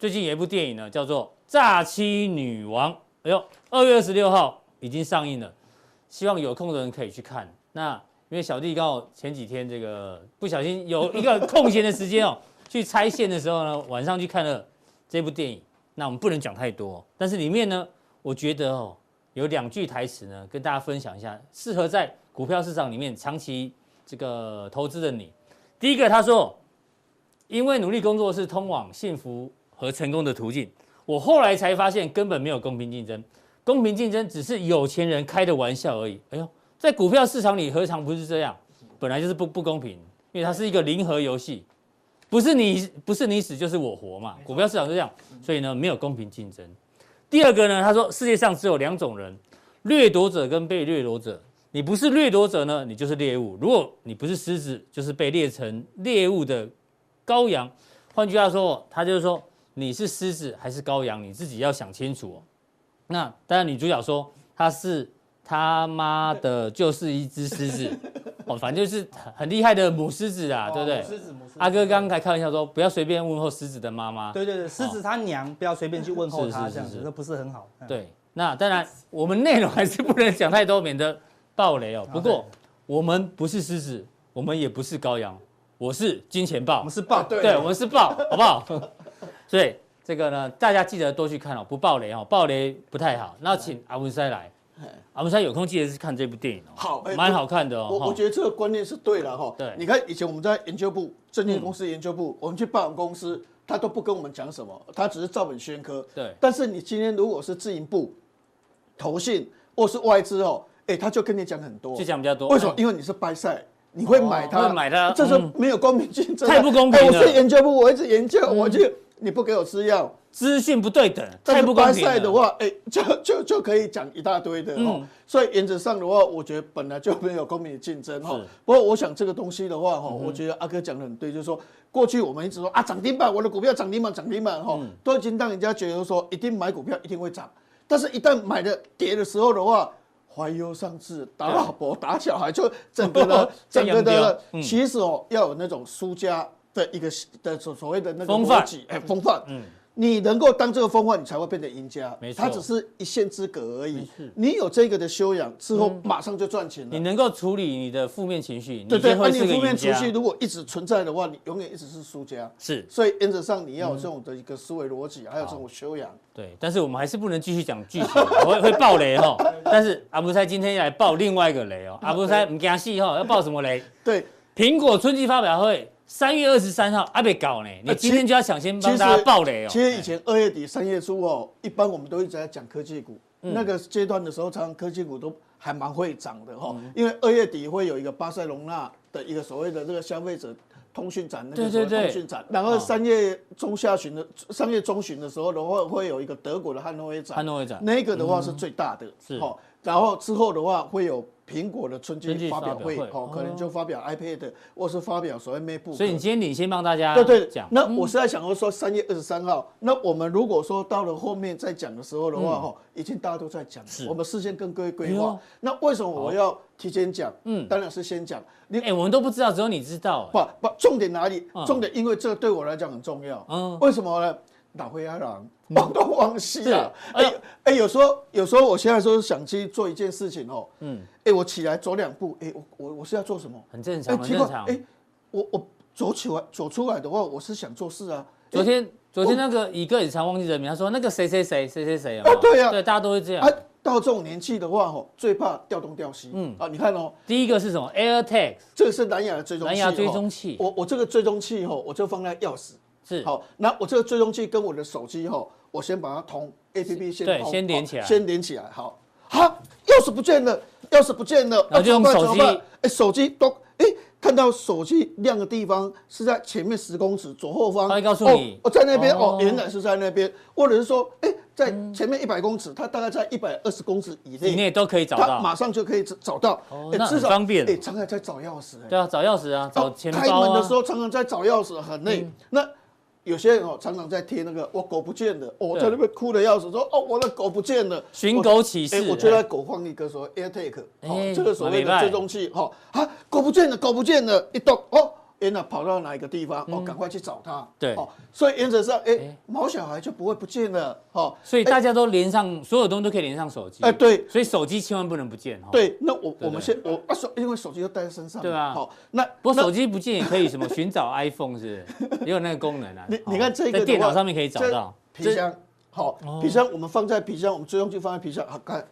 最近有一部电影呢，叫做《诈欺女王》，哎呦，二月二十六号已经上映了，希望有空的人可以去看。那因为小弟刚好前几天这个不小心有一个空闲的时间哦，去拆线的时候呢，晚上去看了这部电影。那我们不能讲太多，哦但是里面呢，我觉得哦，有两句台词呢，跟大家分享一下，适合在股票市场里面长期这个投资的你。第一个，他说：“因为努力工作是通往幸福和成功的途径。”我后来才发现，根本没有公平竞争，公平竞争只是有钱人开的玩笑而已。哎呦，在股票市场里何尝不是这样？本来就是不不公平，因为它是一个零和游戏，不是你不是你死就是我活嘛。股票市场就这样，所以呢没有公平竞争。第二个呢，他说世界上只有两种人，掠夺者跟被掠夺者。你不是掠夺者呢，你就是猎物；如果你不是狮子，就是被猎成猎物的羔羊。换句话说，他就是说你是狮子还是羔羊，你自己要想清楚、哦。那当然，女主角说她是他妈的，就是一只狮子哦，反正就是很厉害的母狮子啊，对不对？
哦狮子母狮子
阿哥刚刚才开玩笑说，不要随便问候狮子的妈妈。
对对对，狮子他娘不要随便去问候
哦是
他
是
这样子
是，
这不是很好。嗯，
对，那当然我们内容还是不能讲太多，免得暴雷
啊
哦。不过我们不是狮子，我们也不是羔羊，我是金钱豹，
我们是豹，
啊对
对，我们是爆， 好不好？所以这个呢，大家记得多去看哦，不爆雷哦，爆雷不太好。那请阿文塞来，阿文塞有空记得去看这部电影哦，
好哎
蛮好看的哦。
我
哈
我觉得这个观念是对了哈。
对嗯
你看以前我们在研究部、证券公司研究部，我们去拜访公司，他都不跟我们讲什么，他只是照本宣科。
对
但是你今天如果是自营部、投信或是外资哦，哎、他就跟你讲很多。
就讲比较多，
为什么？
嗯哦
因为你是掰赛，你会买它，
会买它
这是
嗯
没有公平竞争的，
太不公平了嗯
哎我是研究部，我一直研究，我就你不给我吃药，
资讯不对等，
但
太
是
不公平
掰赛的
了。
话，哎，就就就可以讲一大堆的哦
嗯。
所以原则上的话，我觉得本来就没有公平的竞争哈
是。嗯
不过我想这个东西的话哈，哦我觉得阿哥讲的很对，就是说过去我们一直说啊涨停板，我的股票涨停板涨停板
嗯
哈，都已经让人家觉得说一定买股票一定会涨，但是一旦买的跌的时候的话。怀忧丧志，打老婆打小孩，就整 个的
这
整
样
个的
哦掉，嗯
其实哦，要有那种输家的一个的所所谓的那个
风范
逻辑，哎，风范，
嗯
你能够当这个风范，你才会变成赢家。
没错
他只是一线之隔而已
事。
你有这个的修养之后，马上就赚钱
你
了。
能够处理你的负面情绪，嗯你
对
就
对，那
会
你
是个
负面
赢
情
家
绪。如果一直存在的话，你永远一直是输家。
是
所以原则上你要有这种的一个思维逻辑，还有这种修养。
对，但是我们还是不能继续讲剧情，我会会爆雷哈。但是阿布塞今天来爆另外一个雷哦，阿布塞唔惊戏哈，要爆什么雷？
对，
苹果春季发表会三月二十三号还没搞呢，你
呃其
今天就要抢先帮大家爆雷哦。
其实以前二月底三月初哦，一般我们都一直在讲科技股。
嗯
那个阶段的时候，常常科技股都还蛮会涨的哈，
嗯
因为二月底会有一个巴塞隆纳的一个所谓的这个消费者通讯展，那
对
个所谓
对对哦
通讯展。然后三月中下旬的三月中旬的时候的话，会有一个德国的汉诺威展，
汉诺威展嗯
那个的话是最大的，
是
齁。然后之后的话会有苹果的春
春季
季发
发
表
表
会
会，
哦，可能就发表 iPad 或是发表所谓 MacBook。
所以你今天领先帮大家
对对
讲，
那我是在想说三月二十三号，那我们如果说到了后面再讲的时候的话，哈、已经大家都在讲了，我们事先跟各位规
哎
划。
呦
那为什么我要提前讲？嗯，当然是先讲。你
哎，我们都不知道，只有你知道。哎
不不，重点哪里？重点因为这对我来讲很重要。
嗯
嗯，为什么呢？打回阿郎，往东往西啊。
是哎
哎
呦
哎、有时候有时候我现在说想去做一件事情哦，嗯，哎、我起来走两步，哎、我我我是要做什么？
很正
哎、
常，很
奇
正
怪，
常
哎、。我我走起来走出来的话，我是想做事啊。
昨天昨天那个乙哥也常忘记人名，他说那个谁谁谁谁谁谁有没有
啊对啊
对，大家都会这样
啊。，到这种年纪的话，吼，最怕调东调西。嗯啊，你看哦，
第一个是什么？AirTag
这个是蓝牙的追踪器。
蓝牙追
吼
踪器
我我这个追踪器吼，我就放在钥匙。
是
好，那我这个追踪器跟我的手机吼，我先把它通 A P P 先
对
通
先连起来
好先连起来。好，好，钥匙不见了，钥匙不见了，
然后就用
啊怎么
手
办
机
怎么办哎，手机都哎。看到手机亮的地方是在前面十公尺左后方，
它会告诉
哦
你
哦，在那边哦
哦，嗯
原来是在那边，或者是说，哎，在前面一百公尺，它大概在一百二十公尺以内，
以内都可以找
他马
到。
上就可以找找到，
哦
哎
那很方便
哎，常常在找钥匙，哎
对啊，找钥匙啊，嗯找
哦
钱
开门
包
的时
啊。
候常常在找钥匙，很累。那有些人哦，常常在贴那个我狗不见了，我
对
在那边哭的要死，说哦我的狗不见了，
寻狗启事
哎我就在狗放一个说 AirTag，
哎
哦，这个所
蛮
谓
厉
的
害
追踪器，哈啊，狗不见了，狗不见了，一动哦。原来跑到哪一个地方哦，赶快去找它。
嗯对
哦，所以原则上，哎
哎，
毛小孩就不会不见了。哦，
所以大家都连上，所有东西都可以连上手机。
哎对
所以手机千万不能不见哦哈。
对，那我
对
我们先我啊手，因为手机就带在身上嘛。
对啊
好，那
不过
那
手机不见也可以什么寻找 iPhone 是不 是也有那个功能啊。
你
哦
你看这个的
在
话
电脑上面可以找到。哦
这皮箱，好，皮箱我们放在皮箱，我们追踪器放在皮箱，好看。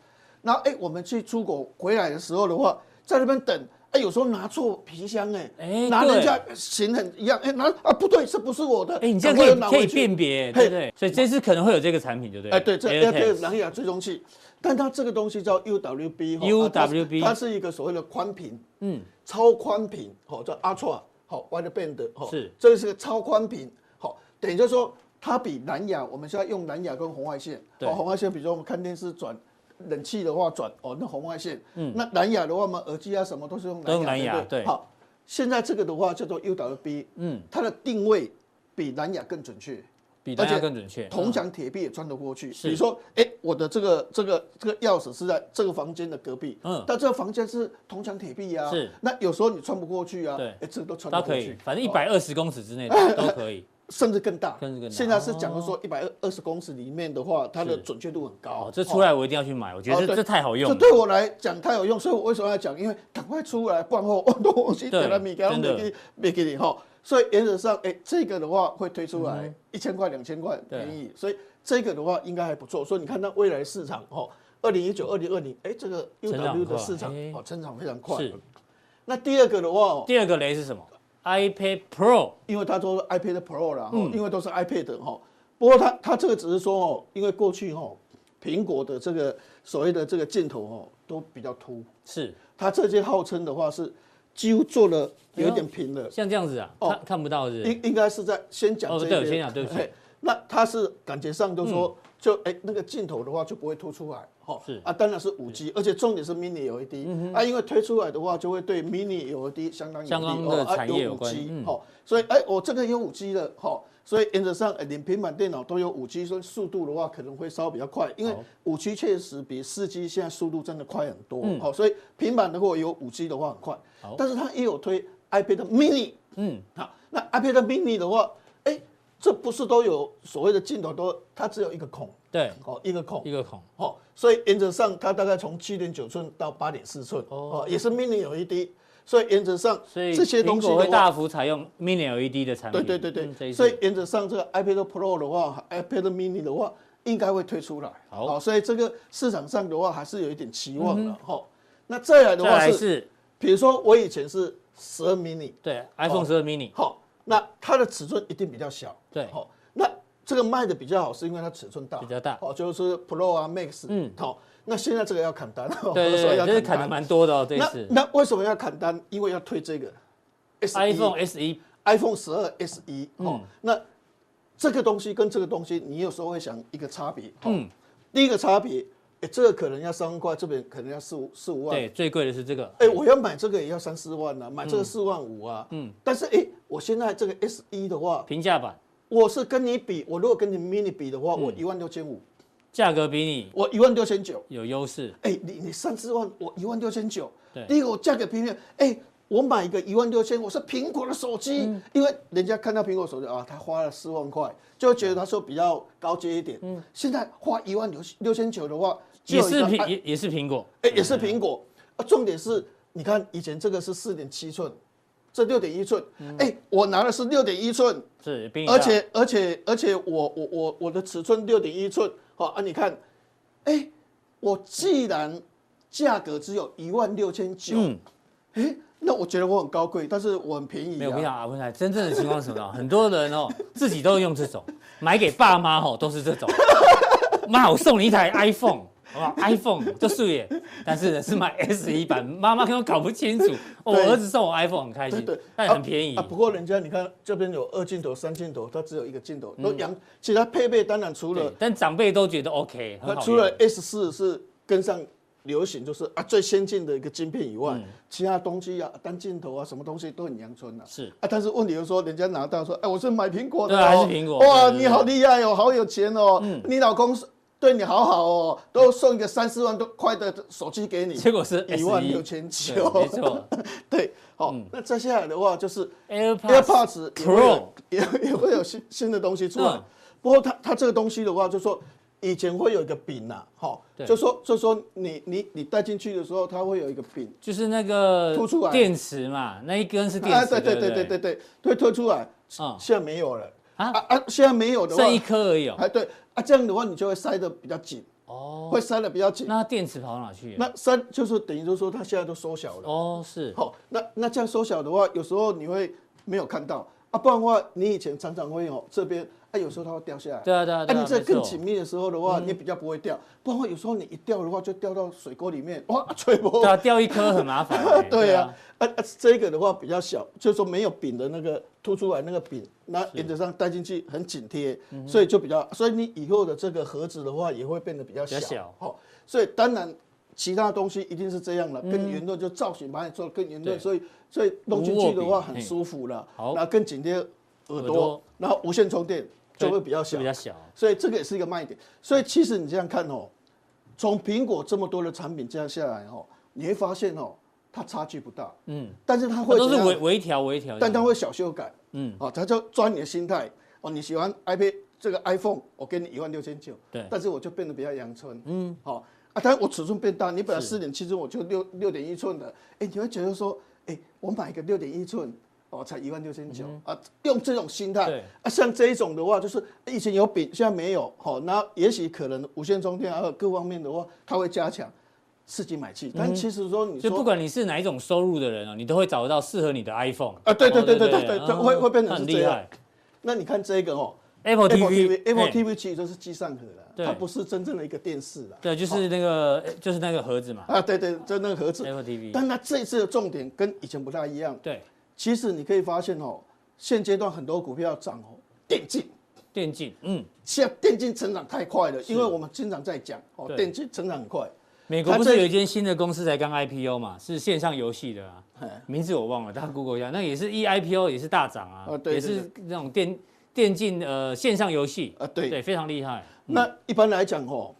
那哎、我们去出国回来的时候的话，在那边等，哎、有时候拿错皮箱、哎、
哎
拿
对
人家行很一样，哎、拿啊不对，这不是我的，
哎，你这样
赶
可
快
以
拿
可
回
以
去
辨别，
嘿
对不对？所以这次可能会有这个产品，对不对？
哎，对，这
AirTag
要这个蓝牙追踪器，但它这个东西叫 UWB 哈
UWB
它是一个所谓的宽频，嗯，超宽频，好，叫 Ultra，好，Wideband，好，
是
这个是个超宽频，好，等于就是说它比蓝牙，我们现在用蓝牙跟红外线，
对
哦红外线，比如说我们看电视转。冷气的话转哦，那红外线，嗯，那蓝牙的话嘛，耳机啊什么都是用
都用
蓝牙，
蓝牙
不
对
好，现在这个的话叫做 UWB，嗯，它的定位比蓝牙更准确。
比大
而
家
且
更准确。
铜
嗯
墙铁壁也穿得过去。比如说，哎，我的这个这个这个钥匙是在这个房间的隔壁，
嗯
嗯，但这个房间是铜墙铁壁啊，
是
那有时候你穿不过去啊，
对
哎，这个都穿
它
得
可
过
以
去，，
反正一
哦
百二十公尺之内 都都可以。
甚至更大，
甚至更大哦
现在是讲的说一百二十公尺里面的话，它的
是
准确度很高
哦，。这出来我一定要去买，我觉
哦
得这
对
这太好用
这
了。
对我来讲太有用，所以我为什么要讲？因为赶快出来，不然后我都忘记
对
给他米，给他
真的
没给没给你哈。所以原则上，哎，这个的话会推出来一千块、两千块
嗯对
便宜，所以这个的话应该还不错。所以你看到未来市场哦，二零一九、二零二零，哎，这个
成长很
UW
快
的市场
哎
哦，成长非常快。
是。
那第二个的话哦，
第二个雷是什么？iPad Pro
因为它都是 iPad Pro 啦，
嗯
哦因为都是 iPad 哈。不过它它这个只是说哦，因为过去哦，苹果的这个所谓的这个镜头哦，都比较凸。
是
它这些号称的话是几乎做了有一点平了，
像这样子
哦
啊，看看不到是不是
应应该是在先讲
哦
这
对
边
先讲对不起
嘿那它是感觉上就说，就哎那个镜头的话就不会凸出来，哦，
是嗯
啊，当然是五 G，而且重点是 Mini LED，啊，因为推出来的话就会对 Mini LED E 相当有利
相当
哦
的
啊
产业有
有五
关
G，
嗯
哦，所以哎我这个有五 G 了，哦，所以原则上哎连平板电脑都有五 G，所以速度的话可能会稍微比较快，因为
好
五 G 确实比四 G 现在速度真的快很多，哦，所以平板如果有五 G 的话很快
嗯好，
但是它也有推 iPad Mini。
嗯，
好，那 iPad mini 的话，哎，这不是都有所谓的镜头都，它只有一个孔，
对，
哦，一个孔
一，个孔。
哦，所以原则上它大概从七点九寸到八点四寸，哦，也是 mini LED，所以原则上
所以
这些
苹
东西
果会
的话
大。幅采用 Mini LED 的产
对
品。
对对
嗯这一
对，
次
所以原则上这个 iPad Pro 的话，iPad Mini 的话，应该会推出来。
好嗯
哦，所以这个市场上的话还是有一点期望的哈。哦那再来的
再
话
来
是，
是
比如说我以前是十二 mini，
对 iPhone
哦
十二 mini，
好、那它的尺寸一定比较小。
对
好、那这个卖的比较好，是因为它尺寸大，
比较大
哦，就是 Pro 啊、Max，
嗯
嗯，好、那现在这个要砍单，对
对对对，这是砍的蛮多的哦，这一
那
次
那为什么要砍单？因为要推这个 SE
iPhone E， SE
iPhone 十二 SE 哦，那这个东西跟这个东西，你有时候会想一个差别。嗯，第一个差别，哎，这个可能要三万块，这边可能要四五四五万。
对最贵的是这个，
哎、我要买这个也要三四万啊，买这个四万五啊。嗯，但是哎、我现在这个 S 一的话，
平价版
我是跟你比，我如果跟你 mini 比的话，我一万六千五，
价格比你
我一万六千九。
有优势，
哎，你你三四万，我一万六千九
对。
第一个我价格平面，哎，我买一个一万六千，我是苹果的手机，
嗯
因为人家看到苹果手机啊，他花了四万块，就会觉得他说比较高阶一点。现在花一万六六千九的话，
嗯也
就有一
是
个
苹
哎
也也是苹果，
哎，也是苹果。啊，重点是，你看以前这个是四点七寸，这六点一寸，
嗯
哎，我拿的是六点一寸，
是比你
而
大
且而且而且我我我我的尺寸六点一寸，好、啊，你看，哎、我既然价格只有一万六千九，
嗯
哎，那我觉得我很高贵，但是我很便宜、啊。
没有，我跟你讲啊，我 跟你讲，真正的情况是什么呢？很多人哦，自己都用这种，买给爸妈哦，都是这 种。妈，我送你一台 iPhone，好不好？iPhone 就素颜，但是呢是买 S 一版，妈妈根本搞不清楚。哦我
对
儿子送我 iPhone 很开
对
心
对，，
但很便宜
啊。啊不过人家你看这边有二镜头、三镜头，它只有一个镜头，都扬、其他配备当然除
嗯对
了，
但长辈都觉得 OK，很
那
好
除了
用
S 四是跟上流行，就是啊最先进的一个晶片以
嗯
外，其他东西啊单镜头啊什么东西都很阳春啊。
是
啊，但是问题就是说，人家拿到说，哎，我是买苹果的、哦，
对啊还是苹果对对对
哇，
嗯
你好厉害哦，好有钱哦，你老公是对你好好哦，都送一个三四万多块的手机给你，
结果是 S
一万六千
对
九，
没错 嗯
对，好，那接下来的话就是
，AirPods
AirPods
Pro
也 会有也也会有新新的东西出来
嗯。
不过它它这个东西的话，就说以前会有一个饼呐，哈，
对
就说就说你你你带进去的时候，它会有一个饼，
就是那个
凸出来啊
电池嘛，那一根是电池，
对
对
对
不
对对对对，会推出来
嗯。
现在没有了
啊
啊啊！现在没有的话
剩，一颗而已哦。
哎对啊，这样的话你就会塞得比较紧，
哦，
会塞得比较紧。
那它电池跑哪去了？
那塞就是等于就是说它现在都缩小了。
哦，是
好、那那这样缩小的话，有时候你会没有看到啊，不然的话，你以前常常会哦这边它有时候它会掉下来。
对啊对啊
那
对啊
你在
没错嗯
更紧密的时候的话，你比较不会掉，不然的话有时候你一掉的话就掉到水沟里面，哇，吹不
对啊，掉一颗很麻烦欸、
对呀、啊，啊，这个的话比较小，就是说没有柄的那个凸出来那个柄，那原则上戴进去很紧贴，
嗯
所以就比较，所以你以后的这个盒子的话也会变得比较
比较
小，
小
哦，所以当然。其他东西一定是这样了，更圆润就造型把你做得更圆
对
润，所以所以弄进去的
无握
话
柄
很
嘿
舒服了。
好
然后更紧贴耳
耳
朵
朵，
然后无线充电就会比较
就
小
比。较小。
所以这个也是一个卖点。所以其实你这样看哦，从苹果这么多的产品这样下来哦，你会发现哦，它差距不大，嗯，但是它会
都是
怎样
微微调微调这样，
但它会小修改，嗯，哦，它就抓你的心态，哦，你喜欢 iPad 这个 iPhone，我给你一万六千九，
对
但是我就变得比较阳春，嗯，好、啊，但我尺寸变大，你本来四点七寸，我就六六点一寸的，哎、你会觉得说，哎、我买个六点一寸。哦，才一万六千九啊！用这种心态
嗯对
啊，像这一种的话，就是以前有饼，现在没有，好、那也许可能无线充电啊，各方面的话，它会加强，自己买气。但其实说，你
嗯所
说
以不管你是哪一种收入的人啊，你都会找得到适合你的 iPhone
啊对对
哦
对对对对
嗯
会会变成
那很
是这
厉
样
害。
那你看这个哦
Apple TV
TV，Apple
哎
TV 其实就是机上盒了，
对
它不是真正的一个电视了。
对，就是那个哎就是那个盒子嘛
啊，对对，就那个盒子。
，Apple TV。
但它这一次的重点跟以前不大一样。
对，
其实你可以发现哦，现阶段很多股票涨哦，电竞。
电竞，嗯，
现在电竞成长太快了，因为我们经常在讲哦，
对
电竞成长很快。
美国
它
不
这
是有一间新的公司才刚 IPO 嘛，是线上游戏的啊，名字我忘了，大家 Google 一下，那也是一 IPO 也是大涨啊
啊，对
也是那种电电竞呃线上游戏
啊对
对，非常厉害，
那一般来讲哦，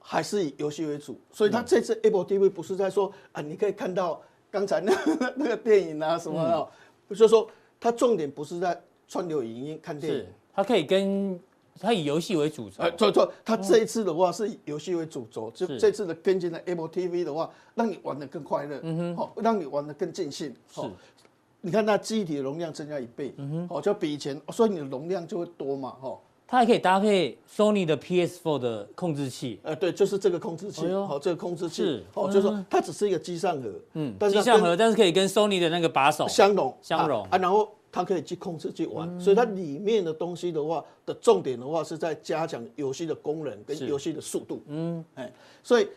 还是以游戏为主，所
嗯
以它这次 Apple TV 不是在说啊，你可以看到刚才 那那个电影啊什么的哦，
嗯
就是说它重点不是在串流影音看电影
是，它可以跟它以游戏为主轴
呃，，错错，它
嗯
这一次的话是以游戏为主轴，就是这次的跟进的 Apple TV 的话，让你玩得更快乐，好，让你玩得更尽兴，
嗯是嗯
哦。你看，那记忆体的容量增加一倍，哦，就比以前，所以你的容量就会多嘛，哦哈，
它还可以搭配 Sony 的 PS4 的控制器，
呃，对，就是这个控制器，
哎呦
好，这个控制器
是，嗯
哦，就是说它只是一个机上盒，嗯，但是
机
它
上
跟
盒，但是可以跟 Sony 的那个把手
相容，
相容嗯
啊啊，然后它可以去控制去玩，所以它里面的东西的话的重点的话是在加强游戏的功能跟游戏的速度，嗯，哎，所以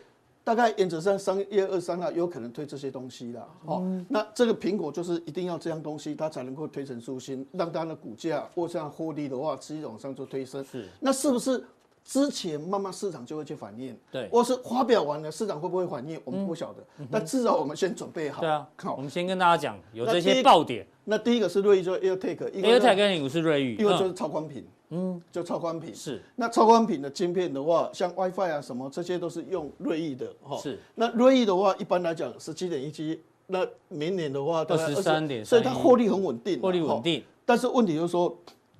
大概原则上商业二三啊有可能推这些东西啦，
嗯
哦，那这个苹果就是一定要这样东西，它才能够推陈出新，让它的股价或上获利的话，持续往上做推升，
是，
那是不是？之前慢慢市场就会去反应，
对嗯
或是发表完了，市场会不会反应，我们不晓得。但至少我们先准备好。
对啊，
好
我，们先跟大家讲有
那
这
第
些
一
爆点
那第一个是瑞意，就是 AirTag，因为
，AirTag 跟你是瑞昱，
因为就
嗯
是超宽屏，嗯，就超宽屏。
是
那超宽屏的晶片的话，像 WiFi 啊什么，这些都是用瑞意的哈。
是。
那瑞意的话，一般来讲十七点一七，那明年的话大概20
23.31
所以它获利很稳定
嗯
啊，
获利稳
哈。
定，嗯
但是问题就是说，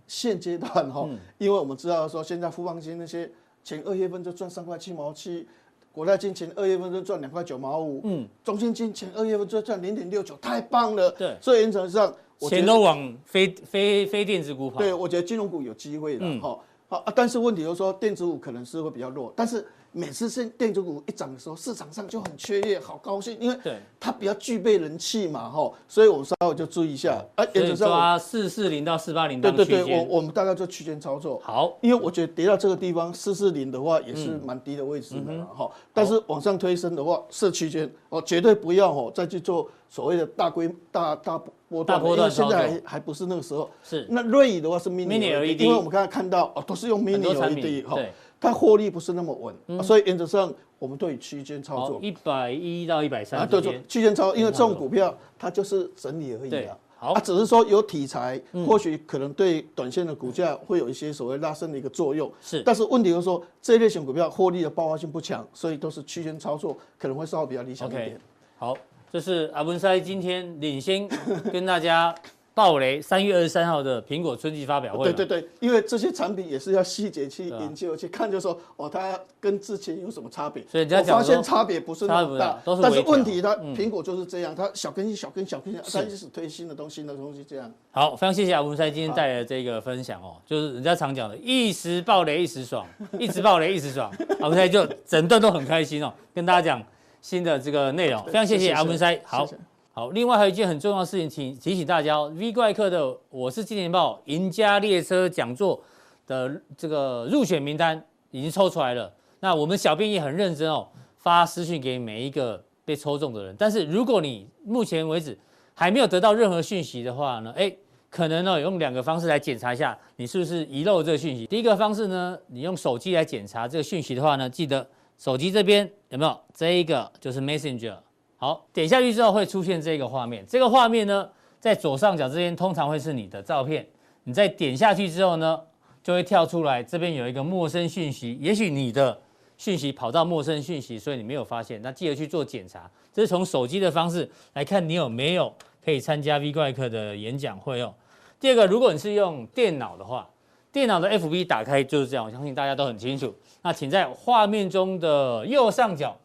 现阶段哈，因为我们知道说现在富邦金那些前二月份就赚三块七毛七。国泰金前二月份就赚两块九毛五，嗯，中信金前二月份就赚零点六九，太棒了。
对
所以原则上，我觉
钱
得
都往非非非电子股跑，
对，我觉得金融股有机会
嗯
的哈。好、啊，但是问题就是说，电子股可能是会比较弱，但是每次是电子股一涨的时候，市场上就很雀跃，好高兴，因为
对
它比较具备人气嘛，哈，所以我们稍微就注意一下。啊，
所
原则
以
上我，
抓四四零到四八零
对
当
对
区
对，
间，
我我们大概就区间操作。
好，嗯
因为我觉得跌到这个地方四四零的话也是蛮低的位置的啦哈、但是往上推升的话是区间哦，绝对不要哦再去做所谓的大规大大波段
大
了，
波段
因为现在
操作
还还不是那个时候。
是
那瑞宇的话是 mini
Mini LED
因为我们刚才看到哦都是用 mini
很多产品
LED 哈、
对
哦它获利不是那么稳，哦所以原则上我们对于区间操
好
作
哦
啊
一百一到一百三之
对对
间，，
区间操作，因为这种股票它就是整理而已
对
啊。
好嗯
啊，只是说有题材，或许可能对短线的股价会有一些所谓拉升的一个作用。
是
但是问题就是说，这一类型股票获利的爆发性不强，所以都是区间操作，可能会稍微比较理想一
OK，
点。
好，这是阿文塞今天领先 跟大家爆雷三月二十三号的苹果春季发表会
对
嘛，
对对，因为这些产品也是要细节去
对啊
研究，去看，就说哦，它跟之前有什么差别。
所以人家
我发
讲说
现差别不是那
差别
么
不
大
大都，是
但是
微调嗯
问题它苹果就是这样，它小根一小根小根，它一直推新的东西，新的东西这样。
好，非常谢谢阿文塞今天带来的这个分享哦，就是人家常讲的一时爆雷一时爽，一直爆雷一时爽，阿文塞就整段都很开心哦，跟大家讲新的这个内 容，非常谢
谢
谢
谢
阿文塞，好
谢谢。
好，另外还有一件很重要的事情，提提醒大家哦，V 怪客的《我是金钱豹》赢家列车讲座的这个入选名单已经抽出来了。那我们小编也很认真哦，发私讯给每一个被抽中的人。但是如果你目前为止还没有得到任何讯息的话呢，哎，可能呢用两个方式来检查一下你是不是遗漏这个讯息。第一个方式呢，你用手机来检查这个讯息的话呢，记得手机这边有没有这一个就是 Messenger。好，点下去之后会出现这个画面，这个画面呢在左上角这边通常会是你的照片。你再点下去之后呢，就会跳出来，这边有一个陌生讯息，也许你的讯息跑到陌生讯息，所以你没有发现，那记得去做检查。这是从手机的方式来看你有没有可以参加 V 怪客的演讲会哦。第二个，如果你是用电脑的话，电脑的 FB 打开就是这样，我相信大家都很清楚。那请在画面中的右上角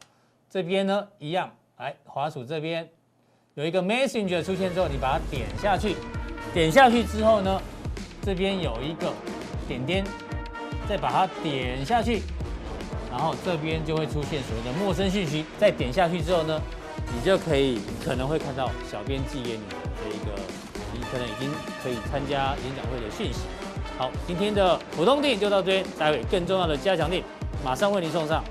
这边呢，一样，来滑鼠这边有一个 Messenger 出现之后，你把它点下去，点下去之后呢，这边有一个点点，再把它点下去，然后这边就会出现所谓的陌生讯息。再点下去之后呢，你就可以可能会看到小编寄给你的这一个，你可能已经可以参加演讲会的讯息。好，今天的普通电影就到这边，待会更重要的加强电影马上为您送上。